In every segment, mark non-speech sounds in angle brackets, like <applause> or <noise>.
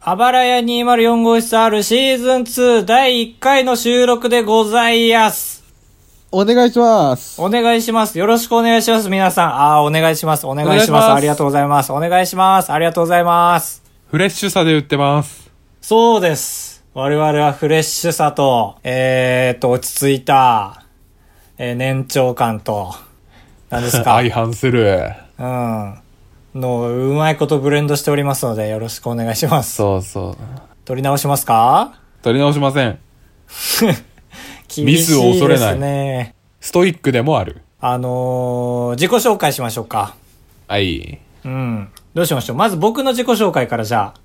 あばらや204号室あるシーズン2第1回の収録でございます。お願いします。お願いします。よろしくお願いします。皆さん。ああ、お願いします。お願いします。お願いしますありがとうございます。お願いします。ありがとうございます。フレッシュさで売ってます。そうです。我々はフレッシュさと、えーっと、落ち着いた、えー年長感と、何です <laughs> か。 <laughs> 相反する。うん。の、うまいことブレンドしておりますので、よろしくお願いします。そうそう。撮り直しますか取り直しません。厳しいミスを恐れないですね。ストイックでもある。あのー、自己紹介しましょうか。はい。うん。どうしましょう。まず僕の自己紹介からじゃあ。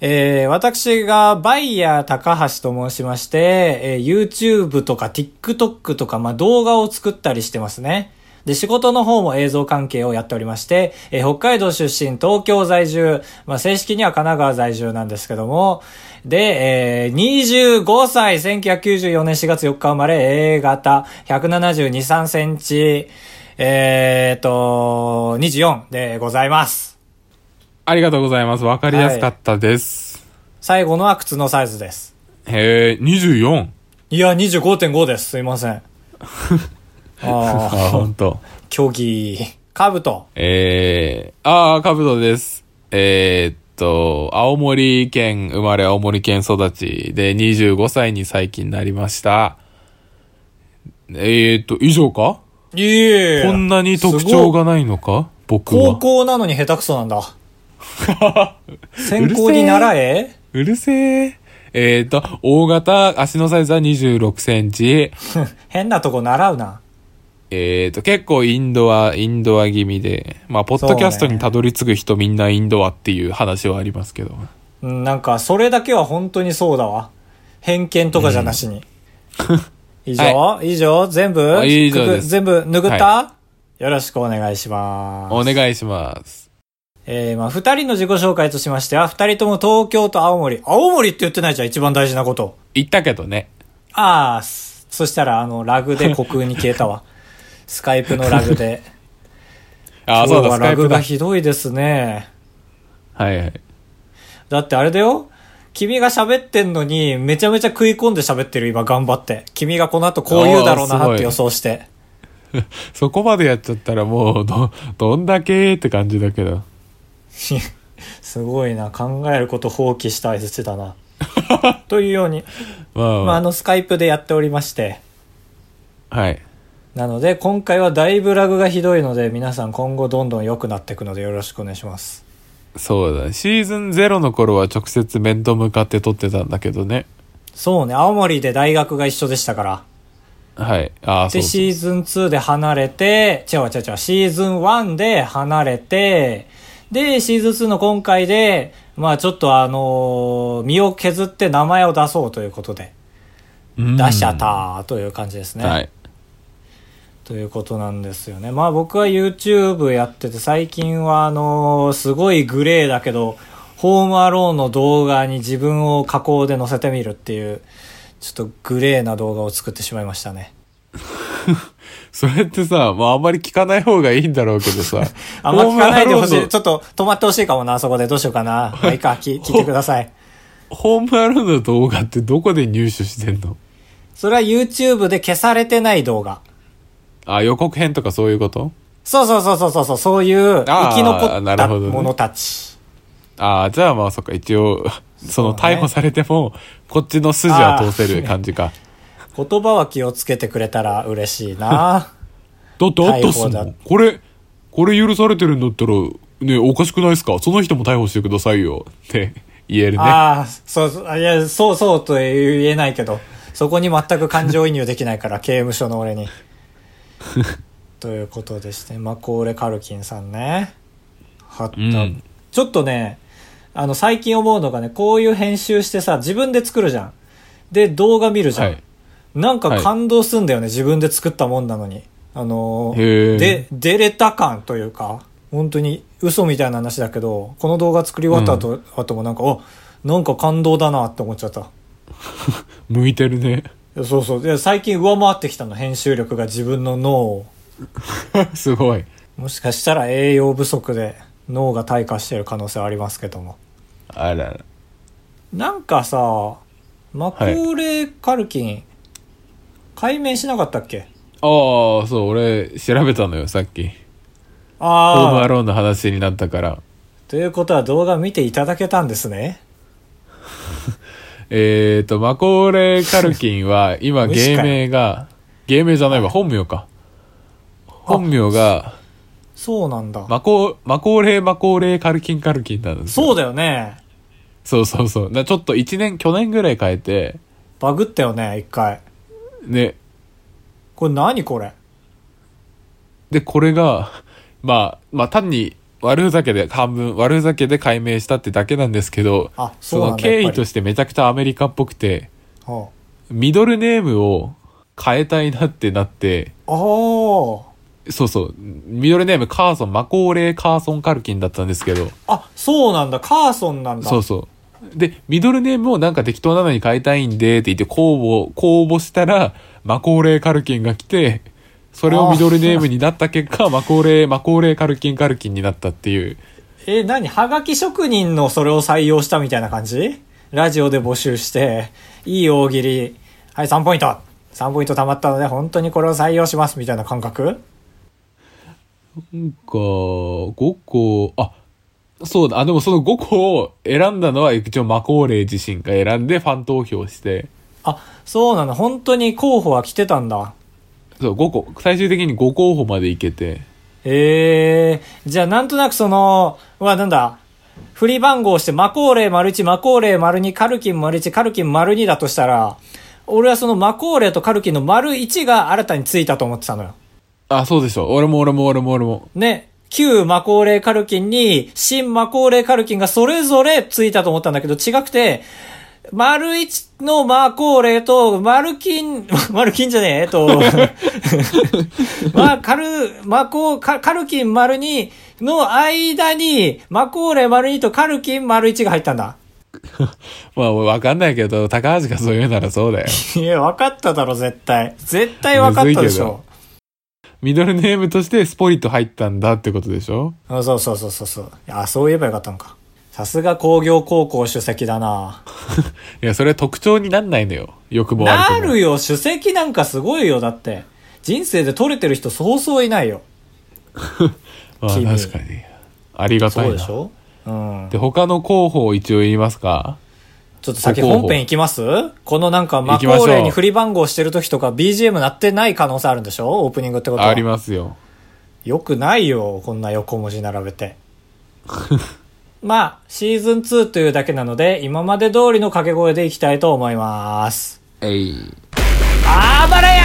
えー、私がバイヤー高橋と申しまして、えー YouTube とか TikTok とか、まあ、動画を作ったりしてますね。で、仕事の方も映像関係をやっておりまして、えー北海道出身、東京在住、まあ、正式には神奈川在住なんですけども、で、えー25歳、1994年4月4日生まれ、A 型、172、3センチ、えーっと、24でございます。ありがとうございます。わかりやすかったです。最後のは靴のサイズです。へえ、24。いや、25.5です。すいません。 <laughs> ああ、あ、ほんと。競技。カブト。えー、あー、かぶとです。えー、っと、青森県生まれ、青森県育ちで25歳に最近なりました。えー、っと、以上かいえこんなに特徴がないのか僕は。高校なのに下手くそなんだ。 <laughs> 先行に習えうるせえ。えー、と、大型、足のサイズは26センチ。 <laughs> 変なとこ習うな。えー、と、結構インドア、インドア気味で、まあ、ポッドキャストにたどり着く人、みんなインドアっていう話はありますけど。うん、なんか、それだけは本当にそうだわ。偏見とかじゃなしに。 <laughs> 以上、以上全部あ以上くくです全部拭った、よろしくお願いします。お願いします。えー、まあ、二人の自己紹介としましては、二人とも東京と青森。青森って言ってないじゃん、一番大事なこと。言ったけどね。あー、すそしたら、あの、ラグで虚空に消えた <laughs> わ。スカイプのラグで。あー、そうだ、今日スはカライグプがだ。ひどいですね。はいはい。だってあれだよ君が喋ってんのに、めちゃめちゃ食い込んで喋ってる、今頑張って。君がこの後こう言うだろうあーすなごいって予想して。そこまでやっちゃったらもう、ど、 <laughs> どんだけって感じだけど。すごいな、考えること放棄した相槌だ <laughs> な。というように、まあ、まあ、あの、スカイプでやっておりまして。はい。なので、今回はだいぶラグがひどいので、皆さん今後どんどん良くなっていくのでよろしくお願いします。そうだ。シーズン0の頃は直接面と向かって撮ってたんだけどね。そうね、青森で大学が一緒でしたから。はい。ああ、そで、うそう。シーズン2で離れて、違う違う違う、シーズン1で離れて、で、シーズン2の今回で、まあちょっとあのー身を削って名前を出そうということで、うん出しちゃったという感じですね。はい。ということなんですよね。まあ僕は YouTube やってて、最近はあのーすごいグレーだけど、ホームアローンの動画に自分を加工で載せてみるっていう、ちょっとグレーな動画を作ってしまいましたね。。それってさ、まああんまり聞かない方がいいんだろうけどさ <laughs> あんま聞かないでほしホームアローンい。のちょっと止まってほしいかもな、あそこで。どうしようか <laughs> な。まあいいか、聞聞いてください。ホームアローンの動画ってどこで入手してんのそれは YouTube で消されてない動画。あ、予告編とかそういうことそうそうそうそうそうそう、そういう生あーき残なったるほどねものたち。あじゃあまあそっか、一応、そのそうね逮捕されても、こっちの筋は通せる感じか。言葉は気をつけてくれたら嬉しいな。だってあったっす逮捕もだん。これ、これ許されてるんだったら、ね、おかしくないですかその人も逮捕してくださいよ。って言えるね。ああ、そうそう、あいや、そうそうとは言えないけど、そこに全く感情移入できない <laughs> から、刑務所の俺に。ということでして、マコーレ・カルキンさんね。はった、うんちょっとね、あの、最近思うのがね、こういう編集してさ、自分で作るじゃん。で、動画見るじゃん。はい。なんかはい感動すんだよね、自分で作ったもんなのに。あのへー、ーで、出れた感というか、本当に嘘みたいな話だけど、この動画作り終わった後,、後もなんか、あ、なんか感動だなって思っちゃった。向いてるね。 <laughs> そうそう。で、最近上回ってきたの、編集力が自分の脳を。すごい。もしかしたら栄養不足で脳が退化してる可能性はありますけども。あらら。なんかさ、マコーレー・カルキン、解明しなかったっけああ、そう、俺、調べたのよ、さっき。ホームあアあ、ローンの話になったから。ということは動画見ていただけたんですね。えーと、マコーレー・カルキンは、<laughs> 今、無視かよ芸名が、芸名じゃないわ、本名か。本名が、そうなんだ。マコ、マコーレー・マコーレー・カルキン・カルキンなんですよそうだよね。そうそうそう。なちょっと一年、去年ぐらい変えて、バグったよね、一回。ね、これ何これで、これが、まあ、まあ単に悪ふざけで、半分、悪ふざけで解明したってだけなんですけど、あ、そそうなのんだ。やっぱ経緯りとしてめちゃくちゃアメリカっぽくて、はミドルネームを変えたいなってなって、ああそうそう、ミドルネームカーソン、マコーレー・カーソン・カルキンだったんですけど、あ。あ、そうなんだ。カーソンなんだ。そうそう。で、ミドルネームをなんか適当なのに変えたいんで、って言って公募、公募したら、マコーレー・カルキンが来て、それをミドルネームになった結果、マコーレー、マコーレー・カルキン・カルキンになったっていう。え、何はがき職人のそれを採用したみたいな感じラジオで募集して、いい大喜利。はい、3ポイント。3ポイント貯まったので、本当にこれを採用しますみたいな感覚なんか、5個、あ、そうだ、あ、でもその5個を選んだのは、一応マコーレー自身が選んでファン投票して、あ、そうなんだ。本当に候補は来てたんだ。そう、5個、最終的に5候補までいけて、ええじゃあなんとなくその、うわ、なんだ、振り番号して、マコーレー丸1、マコーレー丸2、カルキン丸1、カルキン丸2だとしたら、俺はそのマコーレーとカルキンの丸1が新たについたと思ってたのよ。あ、そうでしょ。俺も俺も俺も俺も。ね、旧マコーレーカルキンに、新マコーレーカルキンがそれぞれついたと思ったんだけど、違くて、丸1のマコーレーと、丸金、 <laughs> 丸金じゃねえ、えっと、 <laughs> まあ、カル、マコー、カカルキン丸2の間に、マコーレー丸2とカルキン丸1が入ったんだ。まあ、わかんないけど、高橋がそう言うならそうだよ。いや、分かっただろ、絶対。絶対分かったでしょ。ミドルネームとしてスポリット入ったんだってことでしょあそうそうそうそうそう。あ、そういえばよかったのか。さすが工業高校主席だな。いや、それは特徴になんないのよ。欲望あなるとるよ、首席なんかすごいよ、だって。人生で取れてる人そうそういないよ。まあ、君確かに。ありがたそういでなし。ょうん。で、他の候補を一応言いますかちょっと先ご候補本編行きますこのなんかマ行コきましょうーレーに振り番号してる時とか BGM 鳴ってない可能性あるんでしょオープニングってことは。ありますよ。よくないよ、こんな横文字並べて。 <laughs> まあ、シーズン2というだけなので、今まで通りの掛け声でいきたいと思います。えい。あばらや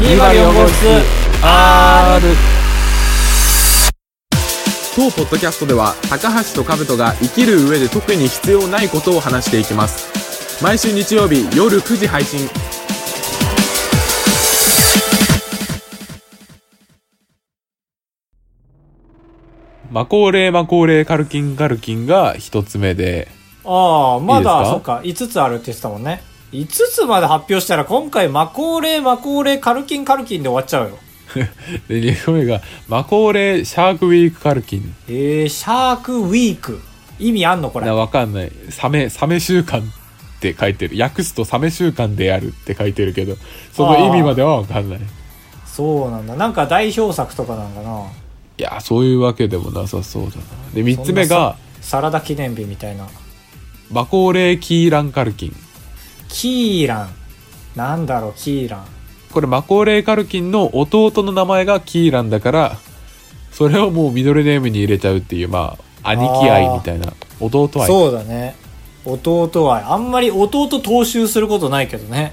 !204 号室 R! 当ポッドキャストでは高橋と兜が生きる上で特に必要ないことを話していきます毎週日曜日夜9時配信マコーレー、マコーレー、カルキン、カルキンが一つ目で。ああ、まだ、いいですかそっか、5つあるって言ってたもんね。5つまで発表したら、今回、マコーレー、マコーレー、カルキン、カルキンで終わっちゃうよ。で、2個目が、マコーレー、シャークウィーク、カルキン。えー、シャークウィーク。意味あんのこれな。わかんない。サメ、サメ習慣って書いてる。訳すとサメ習慣であるって書いてるけど、その意味まではわかんない。そうなんだ。なんか代表作とかなんかな。いや、そういうわけでもなさそうだな。で、3つ目が、サラダ記念日みたいな。マコーレー、キーラン、カルキン。キーラン。なんだろう、キーラン。これ、マコーレー、カルキンの弟の名前がキーランだから、それをもうミドルネームに入れちゃうっていう、まあ、兄貴愛みたいな、弟愛。そうだね。弟愛。あんまり弟踏襲することないけどね。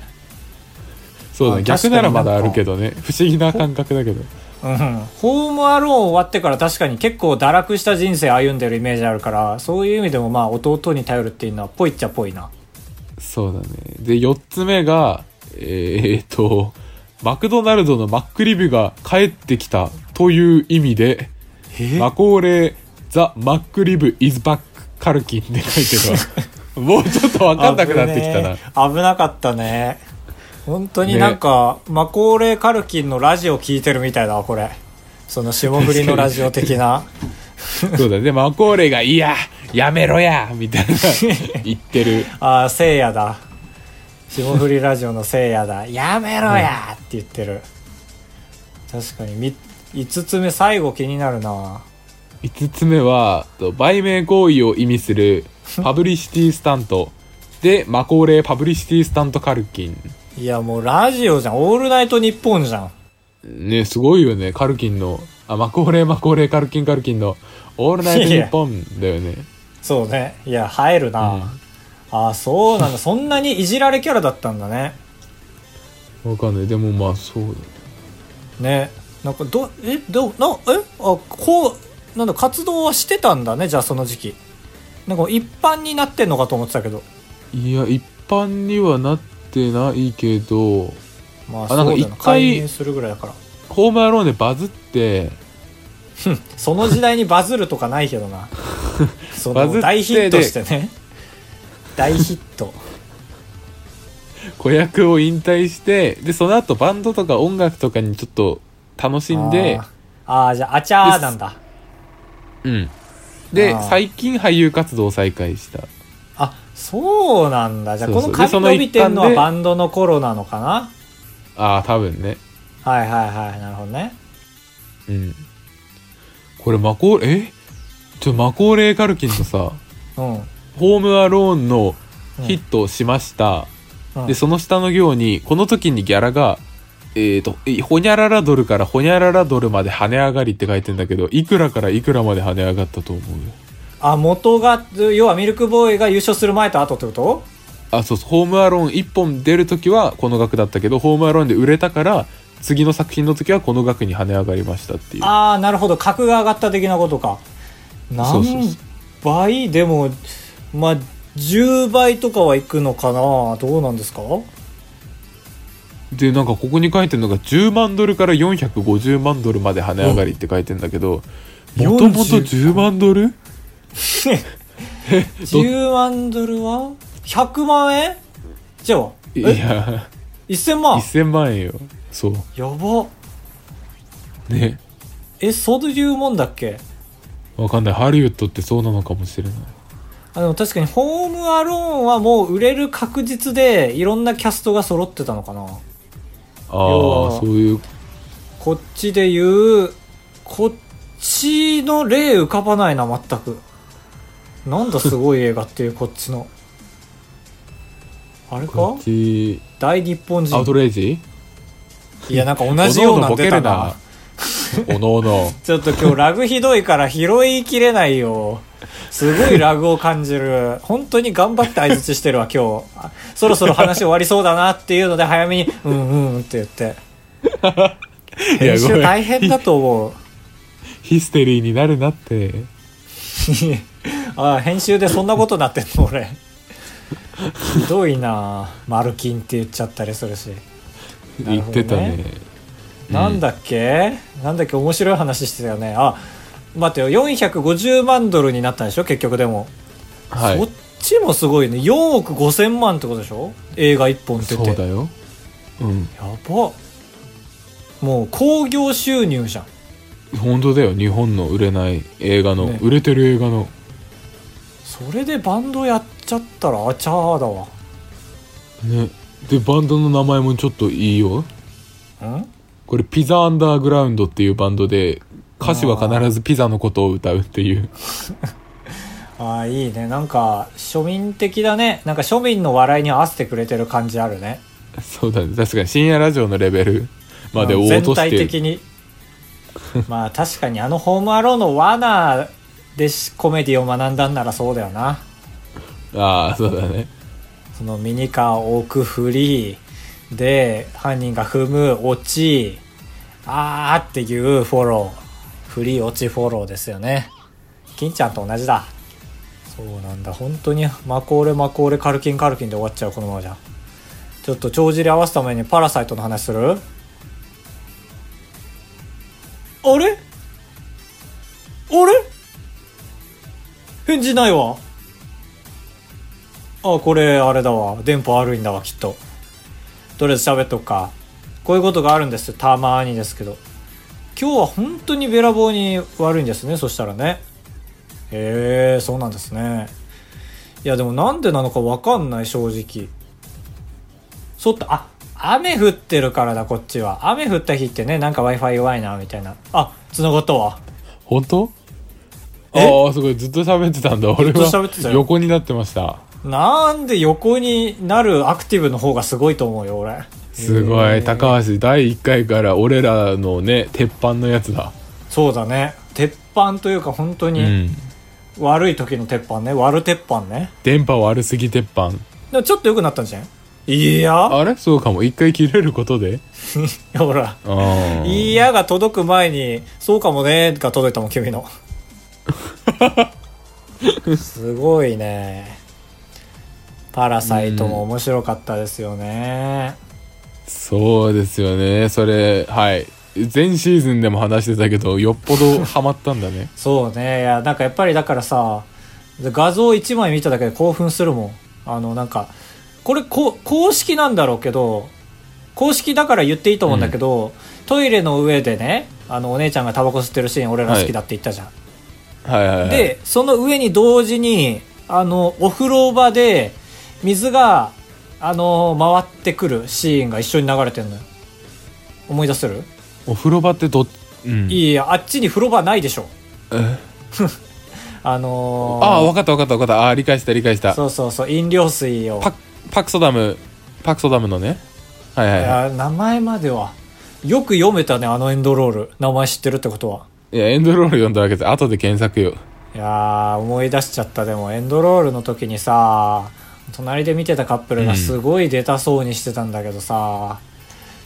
そうだねあ逆なら確かになまんだかあるけどね不思議な感覚だけどうん。ホームアローン終わってから確かに結構堕落した人生歩んでるイメージあるから、そういう意味でもまあ弟に頼るっていうのはぽいっちゃぽいな。そうだねで4つ目がえー、っとマクドナルドのマックリビュが帰ってきたという意味でマコーレーザ・マックリブ・イズ・バック・カルキンって書いてるわもうちょっと分かんなくなってきたな、危ね危なかったね。本当になんか、マコーレー・カルキンのラジオ聞いてるみたいだわ、こ <laughs> れ。その霜降りのラジオ的な。そうだねでマコーレーが「いややめろやみたいな言ってるああせいやだ霜降りラジオのせいやだやめろやって言ってる確かにみ5つ目最後気になるな5つ目はと売名行為を意味するパブリシティスタントでマコーレパブリシティスタントカルキンいやもうラジオじゃんオールナイトニッポンじゃんねすごいよねカルキンのあマコーレマコーレカルキンカルキンの「オールナイトニッポン」だよねそうねいや入るな、うんああそうなんだそんなにいじられキャラだったんだねわかんないでもまあそうだねねなんかどえどうなえあこうなんだ活動はしてたんだねじゃあその時期なんか一般になってんのかと思ってたけどいや一般にはなってないけどまああなそんかうだよ一回解明するぐらいだからホームアローンでバズってその時代にバズるとかないけど <laughs> なそバズっのて大ヒットしてね大ヒッ <laughs> ト子役を引退してでその後バンドとか音楽とかにちょっと楽しんであーあーじゃああちゃーなんだうんであー最近俳優活動を再開したあそうなんだじゃあそうこそのう髪でそ伸のびてんのは一環でバンドの頃なのかなああ多分ねはいはいはいなるほどねうんこれマコーレえちょマコーレーカルキンとさうホームアローンのんヒットをしました、うんでその下の行にこの時にギャラがえー、とえほにゃららドルからほにゃららドルまで跳ね上がりって書いてんだけどいくらからいくらまで跳ね上がったと思うあ元が要はミルクボーイが優勝する前と後ってことあそうそうホームアローン1本出る時はこの額だったけどホームアローンで売れたから次の作品の時はこの額に跳ね上がりましたっていうああなるほど格が上がった的なことか何そ倍うそうそうでもまあ10倍とかはいくのかなどうなんですかでなんかここに書いてるのが10万ドルから450万ドルまで跳ね上がりって書いてんだけどおもともと10万ドル10万ドルは100万円じゃあいえや1000万1000万円よそうやばねえそういうもんだっけわかんないハリウッドってそうなのかもしれないあの確かにホームアローンはもう売れる確実でいろんなキャストが揃ってたのかなああ要はそういうこっちで言うこっちの例浮かばないな全くなんだすごい映画っていうこっちのあれかこっち大日本アウト人レイジいやなんか同じようなおのおのんボケ出るたなな <laughs> おのおのちょっと今日ラグひどいから拾いきれないよすごいラグを感じる本当に頑張って相槌してるわ今日あそろそろ話終わりそうだなっていうので早めに「うんうん」って言っていや編ご集めん大変だと思う <laughs> ヒステリーになるなってああ編集でそんなことなってんの俺ひどいなマルキンって言っちゃったりするし、なる言っほどてねたねなんだっけなんだっけ面白い話してたよねあ待ってよ450万ドルになったんでしょ結局でも、はそっいちもすごいね4億5千万ってことでしょ映画1本出てそうだやようんばもう興行収入じゃん本当だよ日本の売れない映画の、ね売れてる映画のそれでバンドやっちゃったらあちゃーだわねでバンドの名前もちょっといいよんこれピザアンダーグラウンドっていうバンドで歌詞は必ずピザのことを歌うっていうああいいねなんか庶民的だねなんか庶民の笑いに合わせてくれてる感じあるね <laughs> そうだね確かに深夜ラジオのレベルまでうん落と全し体て的にまあ確かにあのホームアローンの罠でしコメディを学んだんならそうだよなああそうだねそのミニカーを置くふりで犯人が踏む落ちあーっていうフォローフリー落ちフォローですよね金ちゃんと同じだそうなんだ本当にマコーレマコーレカルキンカルキンで終わっちゃうこのままじゃちょっと帳尻合わすためにパラサイトの話するあれあれ返事ないわあ、これ、あれだわ。電波悪いんだわ、きっと。とりあえず喋っとくか。こういうことがあるんですよ。たまーにですけど。今日は本当にべらぼうに悪いんですね。そしたらね。へえそうなんですねいやでもなんでなのかわかんない正直そっとあ雨降ってるからだこっちは雨降った日ってねなんか w i f i 弱いなみたいなあ繋がったわ本当えああすごいずっと喋ってたんだ俺ずっと喋ってたはよ横になってましたなんで横になるアクティブの方がすごいと思うよ俺すごい高橋第1回から俺らのね鉄板のやつだそうだね鉄板というか本当うにん悪い時の鉄板ね悪鉄板ね電波悪すぎ鉄板でもちょっと良くなったんじゃんいやあれそうかも一回切れることでほらああいやが届く前に、そうかもねが届いたもん、君 <laughs> の。すごいね。パラサイトも面白かったですよね。そうですよねそれはい前シーズンでも話してたけどよっぽどハマったんだ <laughs> ねそうね。いや、なんかやっぱりだからさ、画像1枚見ただけで興奮するもん。あの、なんか、これこ公式なんだろうけど、公式だから言っていいと思うんだけど、トイレの上でね、あの、お姉ちゃんがタバコ吸ってるシーン俺ら好きだって言ったじゃん。はいはい、はい、で、その上に同時に、あの、お風呂場で、水が、あの、回ってくるシーンが一緒に流れてるのよ。思い出せる、お風呂場ってど、うん、いいや、あっちに風呂場ないでしょ。えあのーああ分かった分かった分かったあー理解した理解したそうそうそう、飲料水を。パパクソダムパクソダムのねはいはいはあ名前までは。よく読めたね、あのエンドロール。名前知ってるってことは。いいやエンドロール読んだわけで後で検索よいやー、思い出しちゃった。でも、エンドロールの時にさ、隣で見てたカップルがすごい出たそうにしてたんだけどさ、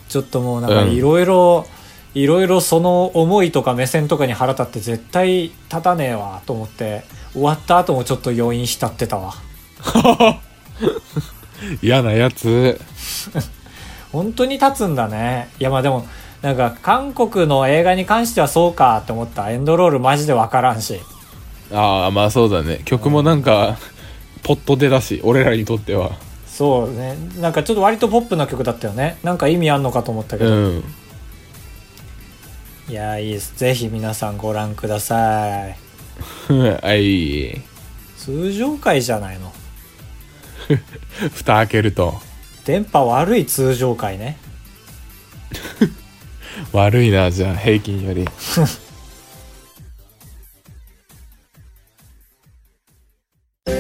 ちょっともうなんかうんいろいろ、いろいろその思いとか目線とかに腹立って絶対立たねえわと思って、終わった後もちょっと余韻浸ってたわ。嫌なやつ本当に立つんだね。いやまあでも、なんか韓国の映画に関してはそうかって思った。エンドロールマジでわからんし。ああまあそうだね曲もなんかポットでだし俺らにとってはそうね。なんかちょっと割とポップな曲だったよね。なんか意味あんのかと思ったけど。うん <laughs> いやーいいですぜひ皆さんご覧くださいはい通常回じゃないの蓋開けると電波悪い通常回ね悪いなじゃあ平均より高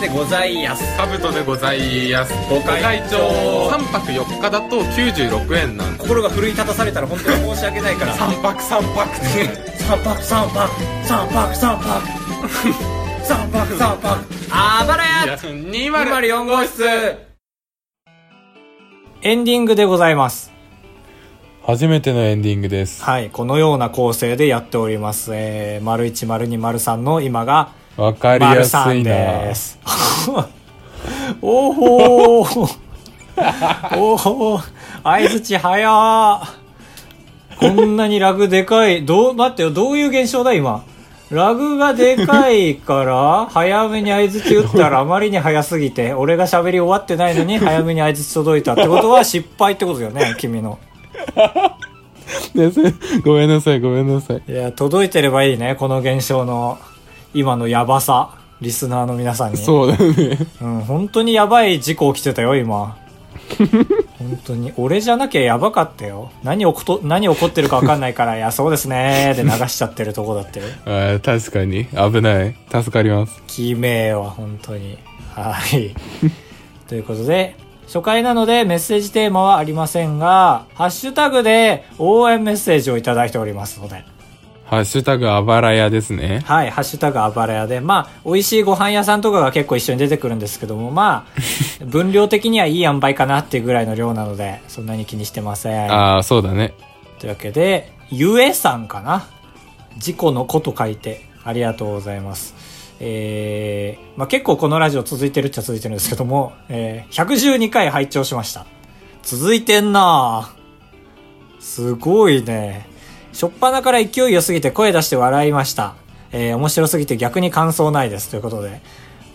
橋でございやす。カブトでございやす。ご会長。3泊4日だと96円なんだ。心が奮い立たされたら本当に申し訳ないから3泊3泊って。三泊三泊三泊三 <laughs> 泊三泊三泊あばらや !204 号室エンディングでございます初めてのエンディングですはいこのような構成でやっておりますえー、丸一丸二丸三の今がわかり丸やす三いなです <laughs> おほ <laughs> ーおほー相づち早ーこんなにラグでかいどう待ってよどういう現象だ今ラグがでかいから早めに相づち打ったらあまりに早すぎて俺が喋り終わってないのに早めに相づち届いたってことは失敗ってことだよね君のねそれごめんなさいごめんなさいいや届いてればいいねこの現象の今のやばさリスナーの皆さんにそうだねうん、本当にやばい事故起きてたよ、 <laughs> 今。本当に。俺じゃなきゃやばかったよ。何起こと、何起こってるか分かんないから、い <laughs> や、そうですねーで流しちゃってるとこだってよ。あー確かに危ない助かりますきめえわ、本当に。 <laughs> はい。ということで、初回なのでメッセージテーマはありませんが、ハッシュタグで応援メッセージをいただいておりますので。ハッシュタグあばらやですねはい、ハッシュタグあばら屋で、まあ、美味しいご飯屋さんとかが結構一緒に出てくるんですけども、まあ、分量的にはいい塩梅かなっていうぐらいの量なので、そんなに気にしてません。ああそうだねというわけで、ゆえさんかな事故の子と書いて、ありがとうございます。えー、まあ結構このラジオ続いてるっちゃ続いてるんですけども、えー、112回拝聴しました。続いてんなぁすごいね。しょっぱなから勢い良すぎて声出して笑いました。えー、面白すぎて逆に感想ないです。ということで、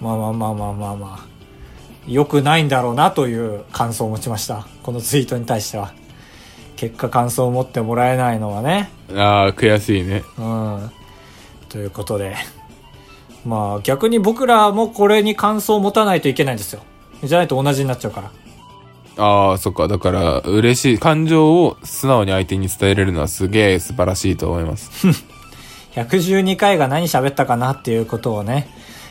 まあまあまあまあまあまあ、良くないんだろうなという感想を持ちました。このツイートに対しては。結果感想を持ってもらえないのはね。ああ悔しいねうん。ということで、まあ逆に僕らもこれに感想を持たないといけないんですよ。じゃないと同じになっちゃうから。ああ、そっか。だから、嬉しい。感情を素直に相手に伝えれるのはすげえ素晴らしいと思います。 112回が何喋ったかなっていうことをね、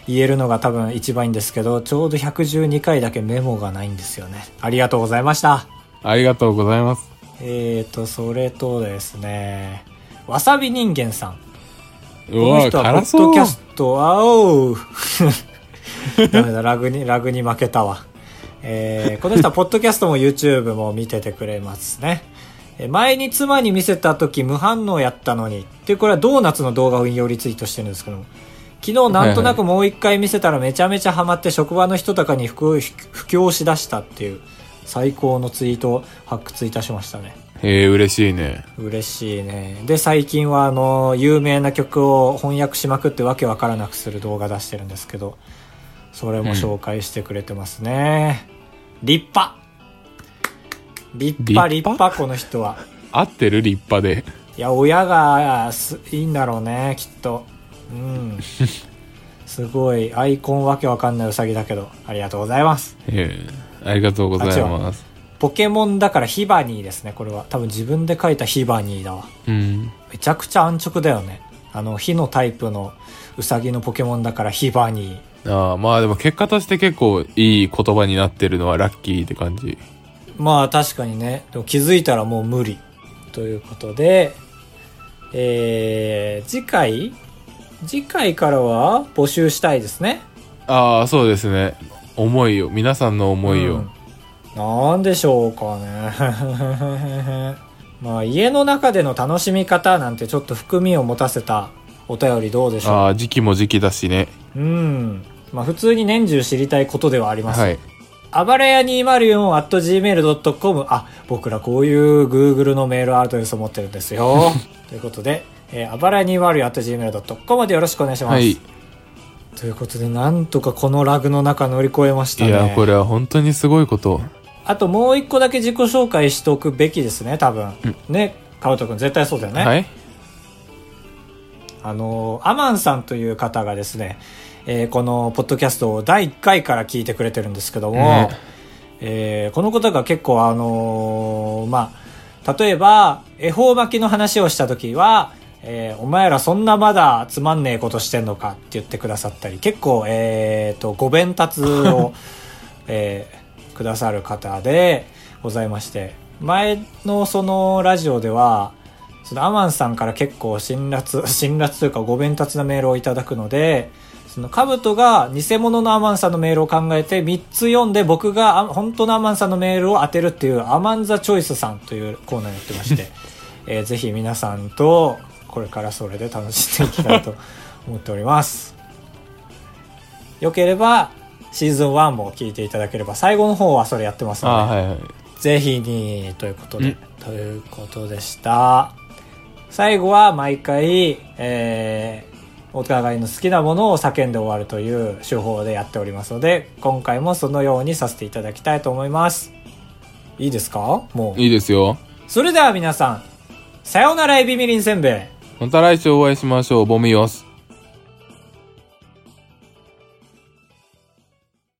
言えるのが多分一番いいんですけど、ちょうど112回だけメモがないんですよね。ありがとうございました。ありがとうございます。えーと、それとですね、わさび人間さん。うこのわ、人はポ辛ッドそうキ。ャスト、あおう <laughs> ダメだ、ラグに、ラグに負けたわ。えー、この人はポッドキャストも YouTube も見ててくれますね。えー前に妻に見せた時無反応やったのに。って、これはドーナツの動画を引用リツイートしてるんですけども。昨日なんとなくもう一回見せたらめちゃめちゃハマって職場の人とかに布布教しだしたっていう最高のツイートを発掘いたしましたね。ええ嬉しいね。嬉しいねで最近はあの有名な曲を翻訳しまくってわけわからなくする動画出してるんですけどそれも紹介してくれてますね、立派立派立立派この人は合ってる立派で。いや親がすいいんだろうねきっとうん <laughs> すごいアイコンわけわかんないウサギだけどありがとうございますええありがとうございます。ポケモンだからヒバニーですねこれは多分自分で書いたヒバニーだわうん。めちゃくちゃ安直だよねあの火のタイプのウサギのポケモンだからヒバニーああ、まあでも結果として結構いい言葉になってるのはラッキーって感じ。まあ確かにねでも気づいたらもう無理ということでえー、次回次回からは募集したいですねああ、そうですね。思いよ。皆さんの思いよ。うんなんでしょうかね <laughs> まあ家の中での楽しみ方なんてちょっと含みを持たせたお便りどうでしょああ、時期も時期だしね。ううんまあ普通に年中知りたいことではありますよはい。暴れ屋 204.gmail.com。あ、僕らこういう Google のメールアドレスを持ってるんです <laughs> よ。ということで、えー、暴れ屋 204.gmail.com までよろしくお願いします。はい。いということで、なんとかこのラグの中乗り越えましたね。や、これは本当にすごいこと。あともう一個だけ自己紹介しておくべきですね、多分。ね、カウト君絶対そうだよね。はい。あの、アマンさんという方がですね、えーこのポッドキャストを第1回から聞いてくれてるんですけども、ねえーこのことが結構あのーまあ、例えば、恵方巻きの話をした時は、えーお前らそんなまだつまんねえことしてんのかって言ってくださったり、結構、えっ、と、ご弁達を、 <laughs> えーくださる方でございまして、前のそのラジオでは、そのアマンさんから結構辛辣、 <laughs> 辛辣というかご弁達なメールをいただくので、そのカブトが偽物のアマンさんのメールを考えて3つ読んで僕があ本当のアマンさんのメールを当てるっていうアマンザチョイスさんというコーナーやってまして、えーぜひ皆さんとこれからそれで楽しんでいきたいと思っております。よければシーズン1も聞いていただければ最後の方はそれやってますので、ああ、はいはい。ぜひに、ということうでん、ということでした。最後は毎回、えー、お互いの好きなものを叫んで終わるという手法でやっておりますので、今回もそのようにさせていただきたいと思います。いいですかもう。いいですよ。それでは皆さん、さようならエビみりんせんべい。また来週お会いしましょう。ボミヨス。